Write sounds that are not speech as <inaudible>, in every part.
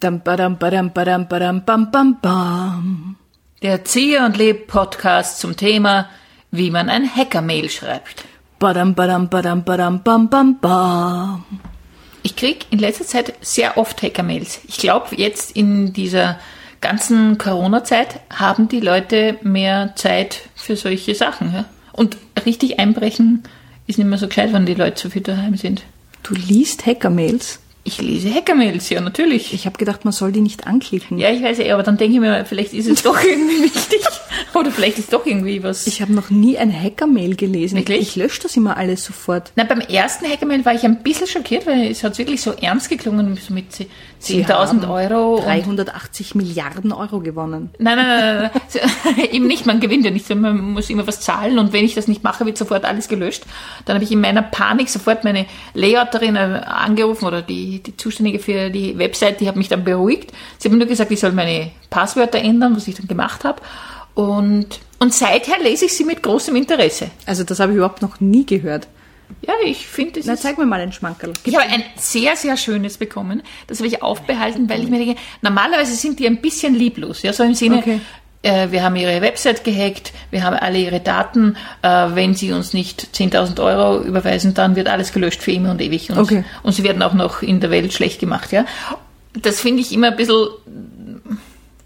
Dam, badam, badam, badam, badam, bam, bam, bam. Der Ziehe und Leb Podcast zum Thema, wie man ein Hackermail schreibt. Badam, badam, badam, badam, bam, bam, bam. Ich krieg in letzter Zeit sehr oft Hackermails. Ich glaube, jetzt in dieser ganzen Corona-Zeit haben die Leute mehr Zeit für solche Sachen. Ja? Und richtig einbrechen ist nicht mehr so gescheit, wenn die Leute so viel daheim sind. Du liest Hackermails? Ich lese Hackermails, ja, natürlich. Ich habe gedacht, man soll die nicht anklicken. Ja, ich weiß ja, aber dann denke ich mir, vielleicht ist es doch irgendwie wichtig. <laughs> Oder vielleicht ist doch irgendwie was. Ich habe noch nie ein Hackermail gelesen. Wirklich? Ich lösche das immer alles sofort. Nein, beim ersten Hackermail war ich ein bisschen schockiert, weil es hat wirklich so ernst geklungen so mit ze- Sie haben 10.000 Euro. Oh, und- 380 Milliarden Euro gewonnen. Nein, nein, nein, nein, nein. <laughs> eben nicht, man gewinnt ja nichts, man muss immer was zahlen und wenn ich das nicht mache, wird sofort alles gelöscht. Dann habe ich in meiner Panik sofort meine Layouterin äh, angerufen oder die, die Zuständige für die Website, die hat mich dann beruhigt. Sie hat mir nur gesagt, ich soll meine Passwörter ändern, was ich dann gemacht habe. Und, und seither lese ich sie mit großem Interesse. Also das habe ich überhaupt noch nie gehört. Ja, ich finde es. Na, ist- zeig mir mal einen Schmankerl. Ich habe ein sehr, sehr schönes bekommen. Das habe ich aufbehalten, weil ich mir denke, normalerweise sind die ein bisschen lieblos. Ja, so im Sinne, Okay. äh, wir haben ihre Website gehackt, wir haben alle ihre Daten. Äh, wenn sie uns nicht 10.000 Euro überweisen, dann wird alles gelöscht für immer und ewig. Und, Okay. und sie werden auch noch in der Welt schlecht gemacht. Ja, Das finde ich immer ein bisschen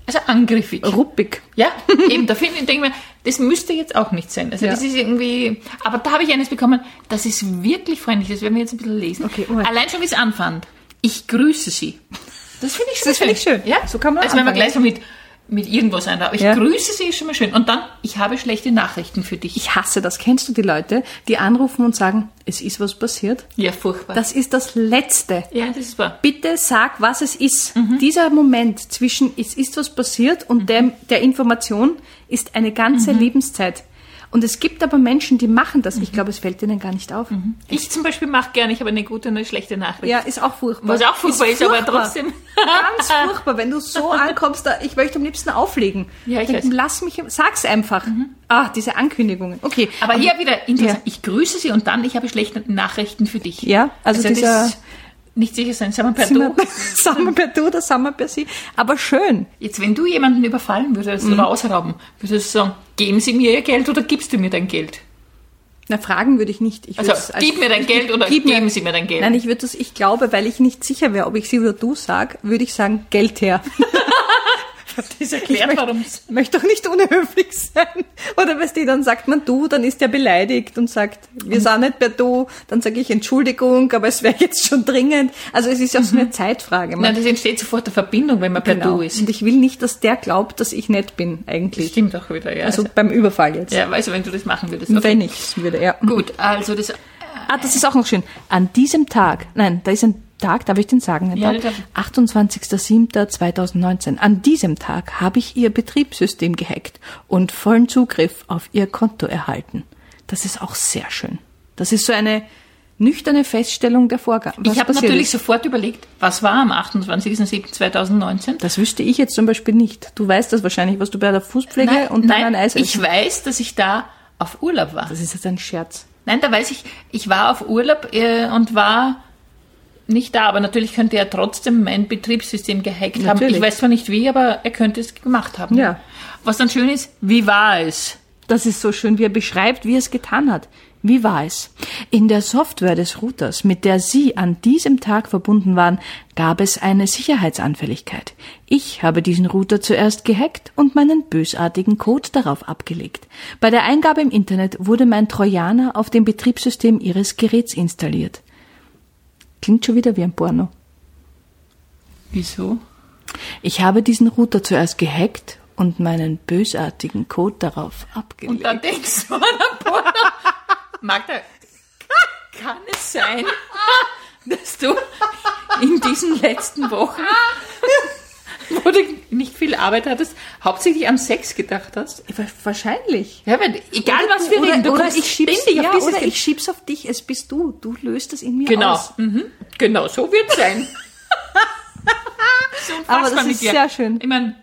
also angriffig. Ruppig. Ja, <laughs> eben, da finde ich, denke ich mir, das müsste jetzt auch nicht sein. Also Ja. das ist irgendwie, aber da habe ich eines bekommen, das ist wirklich freundlich, das werden wir jetzt ein bisschen lesen. Okay, Moment. Allein schon, wie es anfand. Ich grüße Sie. Das finde ich schon Das finde ich schön. Ja, So kann man Also wenn man anfangen. gleich so mit, mit irgendwas einhört, aber ich Ja. grüße Sie ist schon mal schön. Und dann, ich habe schlechte Nachrichten für dich. Ich hasse das. Kennst du die Leute, die anrufen und sagen, es ist was passiert? Ja, furchtbar. Das ist das Letzte. ja, das ist wahr. Bitte sag, was es ist. Mhm. Dieser Moment zwischen es ist was passiert und dem, der Information ist eine Mhm. ganze Lebenszeit. Und es gibt aber Menschen, die machen das. Ich glaube, es fällt ihnen gar nicht auf. Ich zum Beispiel mache gerne, ich habe eine gute und eine schlechte Nachricht. Ja, ist auch furchtbar. Was auch furchtbar ist, aber trotzdem. Ganz furchtbar, wenn du so <laughs> ankommst, da, ich möchte am liebsten auflegen. Ja, ich Denk, weiß. Mhm. Lass mich, sag's einfach. Ah, diese Ankündigungen. Okay. Aber hier wieder interessant. Ja. Ich grüße Sie und dann, ich habe schlechte Nachrichten für dich. Ja, also dieser- das nicht sicher sein, sagen wir per Sind wir- <laughs> Du. Sind wir per Du oder sind wir per Sie? Aber schön. Jetzt, wenn du jemanden überfallen würdest oder ausrauben, würdest du sagen, geben Sie mir Ihr Geld oder gibst du mir dein Geld? Na, fragen würde ich nicht. Ich Also, würd's als- gib mir dein Geld oder gib mir- geben Sie mir dein Geld? Nein, ich würde das, ich glaube, weil ich nicht sicher wäre, ob ich sie oder du sag, würde ich sagen, Geld <laughs> her. Das erklärt, möchte- warum Möchte doch nicht unhöflich sein. Oder weißt du, dann sagt man du, dann ist der beleidigt und sagt, wir sind nicht per du. Dann sage ich Entschuldigung, aber es wäre jetzt schon dringend. Also es ist ja auch so eine Zeitfrage. Man- Mhm. Nein, das entsteht sofort eine Verbindung, wenn man per Genau. Du ist. Und ich will nicht, dass der glaubt, dass ich nett bin, Das eigentlich. stimmt auch wieder, ja. Also beim Überfall jetzt. ja, weißt du, wenn du das machen würdest. Wenn ich es würde, ja. Gut, also das. Ah, das ist auch noch schön. An diesem Tag, nein, da ist ein Tag, darf ich den sagen? Ein Ja, Tag? du darfst. 28.07.2019. An diesem Tag habe ich ihr Betriebssystem gehackt und vollen Zugriff auf ihr Konto erhalten. Das ist auch sehr schön. Das ist so eine nüchterne Feststellung der Vorgaben. ich habe natürlich sofort überlegt, was war am 28.07.2019? Das wüsste ich jetzt zum Beispiel nicht. Du weißt das wahrscheinlich, was du bei der Fußpflege und dann ein Eis ich essen. weiß, dass ich da auf Urlaub war. Das ist jetzt ein Scherz. Nein, da weiß ich, ich war auf Urlaub äh, und war nicht da, aber natürlich könnte er trotzdem mein Betriebssystem gehackt haben. Natürlich. Ich weiß zwar nicht wie, aber er könnte es gemacht haben. Ja. Was dann schön ist, wie war es? Das ist so schön, wie er beschreibt, wie er es getan hat. Wie war es? In der Software des Routers, mit der Sie an diesem Tag verbunden waren, gab es eine Sicherheitsanfälligkeit. Ich habe diesen Router zuerst gehackt und meinen bösartigen Code darauf abgelegt. Bei der Eingabe im Internet wurde mein Trojaner auf dem Betriebssystem Ihres Geräts installiert. Klingt schon wieder wie ein Porno. Wieso? Ich habe diesen Router zuerst gehackt und meinen bösartigen Code darauf abgelegt. Und dann denkst du an einen Porno. <laughs> Magda, kann es sein, dass du in diesen letzten Wochen, wo du nicht viel Arbeit hattest, hauptsächlich an Sex gedacht hast? Wahrscheinlich. Ja, weil egal was wir oder, reden, du oder kommst ich schieb's, ständig ja, auf dieses oder Thema. ich schieb's auf dich, es bist du. Du löst es in mir Genau, aus. mhm. genau, so wird es sein. So unfassbar Aber das mit ist dir. sehr schön. Ich meine,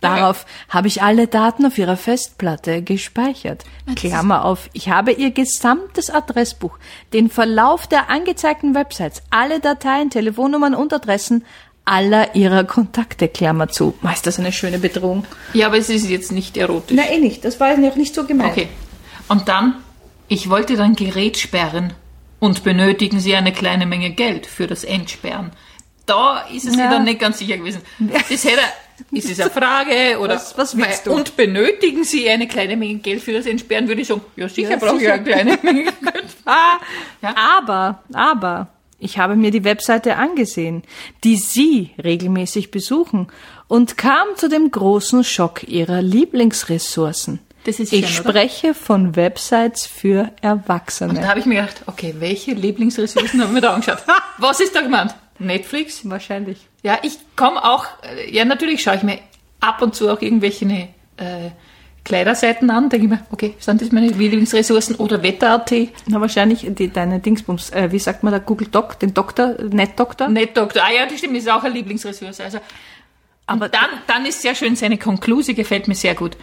Darauf habe ich alle Daten auf ihrer Festplatte gespeichert. das ist- Klammer auf, ich habe ihr gesamtes Adressbuch, den Verlauf der angezeigten Websites, alle Dateien, Telefonnummern und Adressen, aller ihrer Kontakte, Klammer zu. Ma, Ist das eine schöne Bedrohung? Ja, aber es ist jetzt nicht erotisch. Na, eh nicht. Das war ja auch nicht so gemeint. Okay. Und dann, ich wollte dein Gerät sperren und benötigen Sie eine kleine Menge Geld für das Entsperren. Da ist es Ja. mir dann nicht ganz <laughs> sicher gewesen. Das hätte, ist es eine Frage oder Was- was willst du? und benötigen Sie eine kleine Menge Geld für das Entsperren, würde ich sagen, ja sicher Ja, brauche ich sicher. eine kleine <laughs> Menge Geld. Ah, Ja. Aber, aber, ich habe mir die Webseite angesehen, die Sie regelmäßig besuchen, und kam zu dem großen Schock Ihrer Lieblingsressourcen. Das ist ich schön, oder? spreche von Websites für Da Erwachsene. habe ich mir gedacht, okay, welche Lieblingsressourcen haben wir da angeschaut? Was ist da gemeint? Netflix, Wahrscheinlich. Ja, ich komme auch, äh, ja, natürlich schaue ich mir ab und zu auch irgendwelche ne, äh, Kleiderseiten an, denke ich mir, okay, sind das meine Lieblingsressourcen oder Wetter.at? Na, wahrscheinlich die, deine Dingsbums, äh, wie sagt man da, Google Doc, den Doktor, Net-Doktor? Nicht Doktor. Ah ja, das stimmt, das ist auch eine Lieblingsressource. Also, Aber- aber dann, dann ist sehr schön seine Konklusion, gefällt mir sehr gut.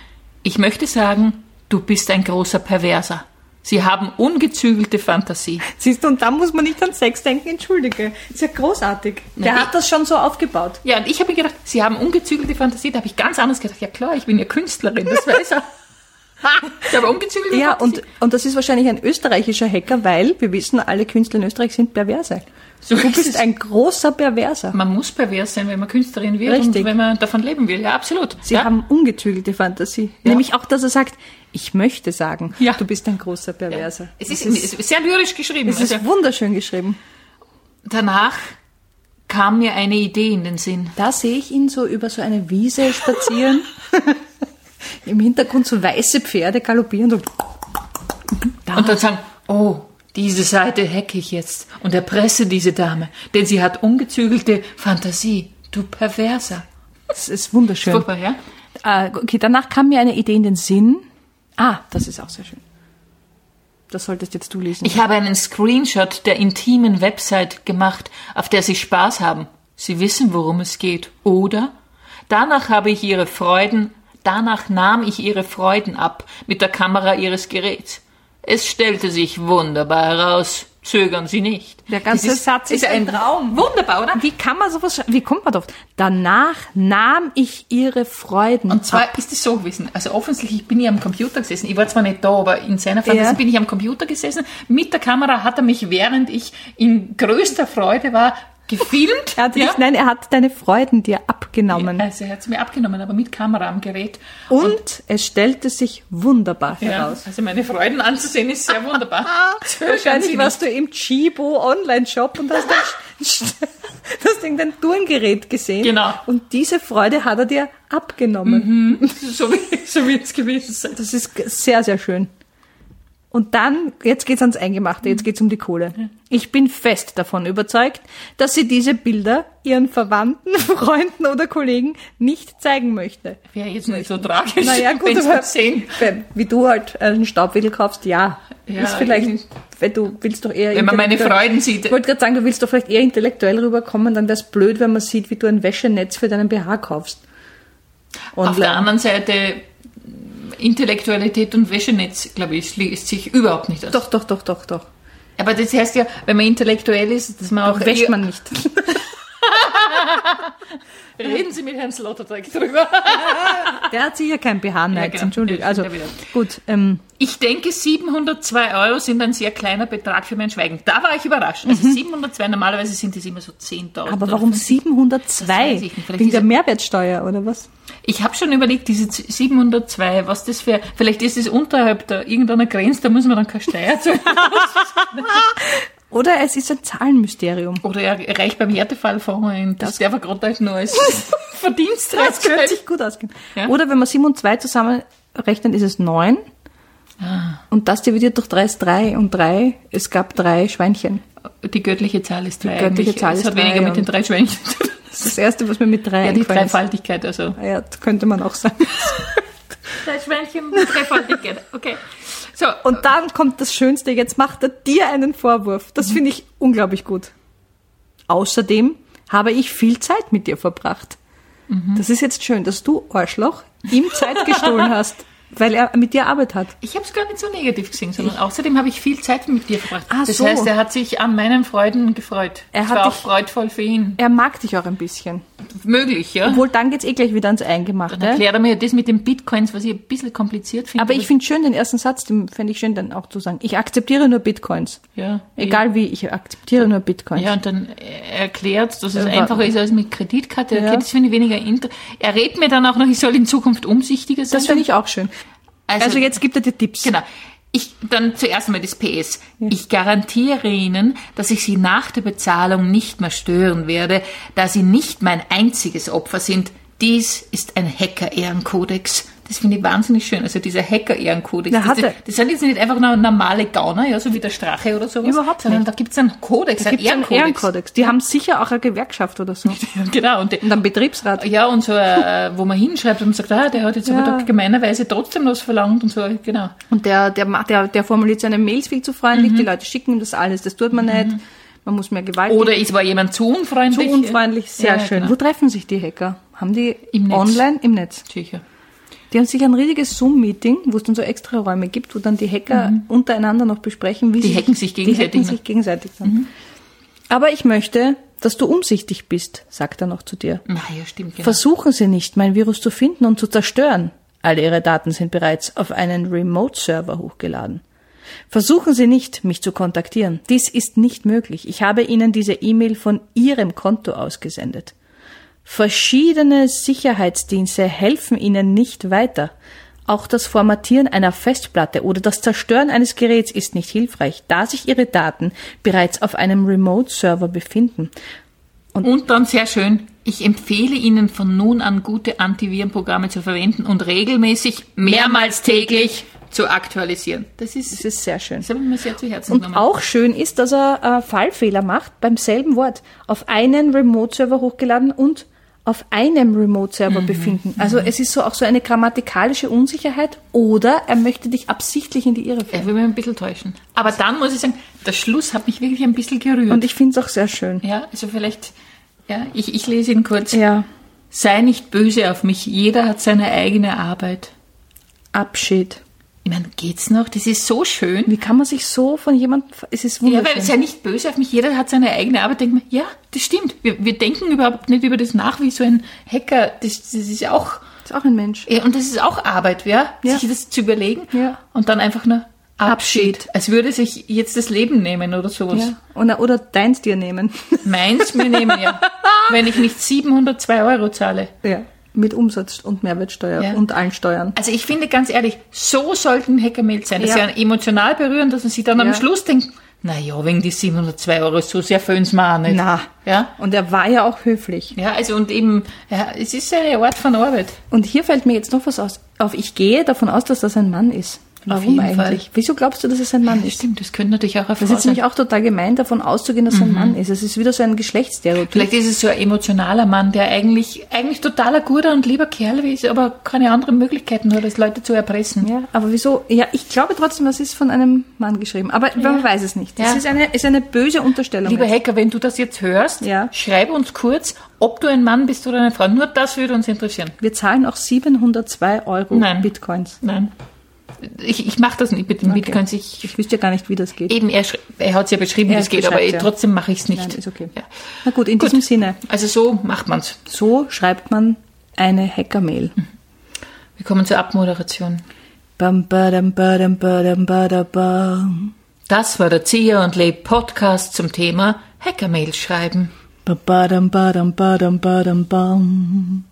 Ich möchte sagen, du bist ein großer Perverser. Sie haben ungezügelte Fantasie. Siehst du, und da muss man nicht an Sex denken, entschuldige. Ist ja großartig. Der ich- hat das schon so aufgebaut. Ja, und ich habe mir gedacht, sie haben ungezügelte Fantasie. Da habe ich ganz anders gedacht. Ja klar, ich bin ja Künstlerin, das <laughs> weiß er. Ich habe ungezügelte Ja, Fantasie. und, und das ist wahrscheinlich ein österreichischer Hacker, weil wir wissen, alle Künstler in Österreich sind perverse. So du ist bist es. ein großer Perverser. Man muss pervers sein, wenn man Künstlerin wird Richtig. und wenn man davon leben will. Ja, absolut. Sie ja. haben ungezügelte Fantasie. Ja. Nämlich auch, dass er sagt, ich möchte sagen, Ja. du bist ein großer Perverser. es ist, es ist sehr lyrisch geschrieben. also, Es ist Also, wunderschön geschrieben. danach kam mir eine Idee in den Sinn. Da sehe ich ihn so über so eine Wiese spazieren. <laughs> Im Hintergrund so weiße Pferde galoppieren. So. Und Ah. dann sagen, oh, diese Seite hacke ich jetzt und erpresse diese Dame, denn sie hat ungezügelte Fantasie. Du Perverser. Es ist wunderschön. Furchtbar, ja? Äh, okay, danach kam mir eine Idee in den Sinn. Ah, das ist auch sehr schön. Das solltest jetzt du lesen. Ich habe einen Screenshot der intimen Website gemacht, auf der Sie Spaß haben. Sie wissen, worum es geht, oder? Danach habe ich Ihre Freuden, danach nahm ich Ihre Freuden ab mit der Kamera Ihres Geräts. Es stellte sich wunderbar heraus. Zögern Sie nicht. Der ganze Dieses Satz ist ein Traum. Wunderbar, oder? wie kann man sowas, sch- wie kommt man drauf? Danach nahm ich ihre Freuden. Und zwar ist es so gewesen. Also offensichtlich, ich bin hier am Computer gesessen. Ich war zwar nicht da, aber in seiner Fantasie Ja. bin ich am Computer gesessen. Mit der Kamera hat er mich, während ich in größter Freude war, gefilmt. <laughs> er hat Ja. dich, nein, er hat deine Freuden dir abgenommen. Also er hat es mir abgenommen, aber mit Kamera am Gerät. und, es stellte sich wunderbar Ja, heraus. also meine Freuden anzusehen ist <laughs> sehr wunderbar. Ah, Zögern Sie nicht. du im Chibo Online-Shop und hast, <laughs> ein, Sch- <laughs> hast irgendein Turngerät gesehen. Genau. Und diese Freude hat er dir abgenommen. so wie so wie es gewesen sein. Das ist g- sehr, sehr schön. Und dann, jetzt geht's ans Eingemachte, Mhm. jetzt geht's um die Kohle. Ich bin fest davon überzeugt, dass sie diese Bilder ihren Verwandten, <laughs> Freunden oder Kollegen nicht zeigen möchte. Wäre jetzt nicht so tragisch, Naja, gut, wenn aber Sie sehen. wenn- wie du halt einen Staubwedel kaufst, ja. Ja, ist vielleicht, eben. wenn du willst doch eher. Wenn man meine intellektuell- Freuden sieht. Ich wollte gerade sagen, du willst doch vielleicht eher intellektuell rüberkommen, dann wär's blöd, wenn man sieht, wie du ein Wäschenetz für deinen BH kaufst. Auf der anderen Seite, Intellektualität und Wäschenetz, glaube ich, liest sich überhaupt nicht aus. Doch, doch, doch, doch, doch. Aber das heißt ja, wenn man intellektuell ist, dass man auch... Wäscht man nicht. Reden Sie mit Herrn Sloterdijk drüber. Der hat sicher kein BH-Nights, Ja, genau. entschuldigt. Ja, Also stimmt ja wieder. gut, ähm, <laughs> Ich denke, 702 Euro sind ein sehr kleiner Betrag für mein Schweigen. Da war ich überrascht. Also 702, normalerweise sind das immer so 10.000. aber oder warum 15.000. Das weiß 702? ich nicht. Vielleicht Wegen ist der er- Mehrwertsteuer oder was? Ich habe schon überlegt, diese 702, was das für... Vielleicht ist es unterhalb der irgendeiner Grenze, da muss man dann keine Steuer zahlen. Oder es ist ein <laughs> Zahlenmysterium. Oder er reicht beim Härtefallfonds ein. Das, darf er gerade halt nur als Verdienst Das könnte sich gut ausgehen. Ja. Oder wenn man 7 und 2 zusammenrechnet, ist es 9. Ah. Und das dividiert durch 3 ist 3 und 3. Es gab drei Schweinchen. Die göttliche Zahl ist drei. göttliche eigentlich. Zahl es ist hat drei weniger und- mit den drei Schweinchen zu tun. Das ist das Erste, was mir mit 3 Ja, die eingefallen ist. Dreifaltigkeit, also. Ah Ja, das könnte man auch sagen. Drei Schweinchen, Dreifaltigkeit, okay. So, Und dann kommt das Schönste, jetzt macht er dir einen Vorwurf. Das finde ich unglaublich gut. Außerdem habe ich viel Zeit Mhm. <laughs> mit dir verbracht. Das ist jetzt schön, dass du, Arschloch, ihm Zeit gestohlen hast. weil er mit dir Arbeit hat. Ich habe es gar nicht so negativ gesehen, sondern außerdem habe ich viel Zeit mit dir verbracht. Ah, das so. heißt, er hat sich an meinen Freuden gefreut. Er Es hat war auch dich- freudvoll für ihn. Er mag dich auch ein bisschen. Möglich, ja. Obwohl, dann geht's eh gleich wieder ans Eingemachte. Dann erklärt er mir das mit den Bitcoins, was ich ein bisschen kompliziert finde. Aber ich finde schön den ersten Satz, den fände ich schön dann auch zu sagen. Ich akzeptiere nur Bitcoins. Ja. Egal wie, ich akzeptiere nur Bitcoins. Ja, und dann äh, erklärt, dass es Äh, einfacher ist als mit Kreditkarte. Ja. Okay, das finde ich weniger inter. Er rät mir dann auch noch, ich soll in Zukunft umsichtiger sein. Das finde ich auch schön. also, Also jetzt gibt er dir Tipps. Genau. Ich, dann zuerst mal das PS. Ich garantiere Ihnen, dass ich Sie nach der Bezahlung nicht mehr stören werde, da Sie nicht mein einziges Opfer sind. Dies ist ein Hacker-Ehrenkodex. Das finde ich wahnsinnig schön. Also dieser Hacker-Ehrenkodex. Na, Das, hat er. das sind jetzt nicht einfach nur normale Gauner, ja, so wie der Strache oder sowas. Überhaupt Sondern nicht. da gibt es einen Kodex, Da einen gibt's einen Ehrenkodex. Ehrenkodex. Die haben sicher auch eine Gewerkschaft oder so. Und <laughs> Genau. Und, einen Betriebsrat. ja, und so, äh, wo man hinschreibt und sagt, ah, der hat jetzt Ja. aber da gemeinerweise trotzdem was verlangt und so, genau. Und der, der, macht- der, der formuliert seine Mails viel zu freundlich, die Leute schicken ihm das alles, das tut man nicht. Man muss mehr Gewalt. Mhm. Oder es war jemand zu zu unfreundlich. unfreundlich, sehr Ja, ja, schön. genau. Wo treffen sich die Hacker? Haben die Im Netz. online im Netz? Sicher. Die haben sich ein riesiges Zoom-Meeting, wo es dann so extra Räume gibt, wo dann die Hacker untereinander noch besprechen, wie Mhm. Die sie hacken sich gegenseitig, Die hacken ne? sich gegenseitig dann. Aber ich möchte, dass du umsichtig bist, sagt er noch zu dir. Na ja, stimmt. Genau. Versuchen Sie nicht, mein Virus zu finden und zu zerstören. Alle Ihre Daten sind bereits auf einen Remote-Server hochgeladen. Versuchen Sie nicht, mich zu kontaktieren. Dies ist nicht möglich. Ich habe Ihnen diese E-Mail von Ihrem Konto ausgesendet. Verschiedene Sicherheitsdienste helfen Ihnen nicht weiter. Auch das Formatieren einer Festplatte oder das Zerstören eines Geräts ist nicht hilfreich, da sich Ihre Daten bereits auf einem Remote-Server befinden. Und dann sehr schön. Ich empfehle Ihnen von nun an gute Antivirenprogramme zu verwenden und regelmäßig, mehrmals täglich zu aktualisieren. Das ist, Das ist sehr schön. das habe ich mir sehr zu Herzen Und genommen. auch schön ist, dass er äh, Fallfehler macht beim selben Wort. Auf einen Remote-Server hochgeladen und auf einem Mhm. Remote-Server befinden. Also es ist so auch so eine grammatikalische Unsicherheit oder er möchte dich absichtlich in die Irre führen. er will mich ein bisschen täuschen. Aber dann muss ich sagen, der Schluss hat mich wirklich ein bisschen gerührt. Und ich finde es auch sehr schön. ja, also vielleicht, ja, ich, ich lese ihn kurz. Ja, Sei nicht böse auf mich. Jeder hat seine eigene Arbeit. Abschied. Ich meine, geht's noch? Das ist so schön. Wie kann man sich so von jemandem... ver- Es ist Ja, weil wunderschön. es ist ja nicht böse auf mich. Jeder hat seine eigene Arbeit. Denkt man, ja, das stimmt. Wir, wir denken überhaupt nicht über das nach, wie so ein Hacker. Das, das ist ja auch, ist auch ein Mensch. ja, und das ist auch Arbeit, ja? Ja. Sich das zu überlegen. Ja. Und dann einfach nur Abschied. Abschied. Als würde sich jetzt das Leben nehmen oder sowas. Ja. Oder, oder deins dir nehmen. <laughs> Meins mir nehmen, ja. Wenn ich nicht 702 Euro zahle. ja. Mit Umsatz und Mehrwertsteuer Ja. und allen Steuern. Also ich finde ganz ehrlich, so sollten Hackermails sein, dass Ja. sie einen emotional berühren, dass man sich dann Ja. am Schluss denkt, naja, wegen die 702 Euro, so sehr fühlen sie mir auch nicht. Na. Ja? Und er war ja auch höflich. Ja, also und eben, ja, es ist eine Art von Arbeit. Und hier fällt mir jetzt noch was aus. Auf ich gehe davon aus, dass das ein Mann ist. Warum jeden eigentlich? Wieso glaubst du, dass es ein Mann ist? Stimmt, das könnte natürlich auch eine Frau Das ist sein. nämlich auch total gemein, davon auszugehen, dass es Mhm. ein Mann ist. Es ist wieder so ein Geschlechtsstereotyp. Vielleicht ist es so ein emotionaler Mann, der eigentlich, eigentlich total ein guter und lieber Kerl ist, aber keine anderen Möglichkeiten hat, als Leute zu erpressen. Ja, aber wieso? Ja, ich glaube trotzdem, das ist von einem Mann geschrieben. Aber man weiß es nicht. Das Ja. ist, eine, ist eine böse Unterstellung. Lieber jetzt. Hacker, wenn du das jetzt hörst, Ja. schreib uns kurz, ob du ein Mann bist oder eine Frau. Nur das würde uns interessieren. Wir zahlen auch 702 Euro Nein. Bitcoins. Nein. Ich, ich mache das nicht mit den Bitcoins. Ich, Ich wüsste ja gar nicht, wie das geht. eben, er, schrei- er hat es ja beschrieben, wie Er das geht, beschreibt, aber ja. trotzdem mache ich es nicht. Nein, ist okay. Ja. Na gut, in diesem Sinne. Also so macht man es. So schreibt man eine Hacker-Mail. Hm. Wir kommen zur Abmoderation. Bam, badam, badam, badam, badabam. Das war der Zieher und Leb Podcast zum Thema Hackermail schreiben. Ba-ba-dum-ba-dum-ba-dum-ba-dum-bum.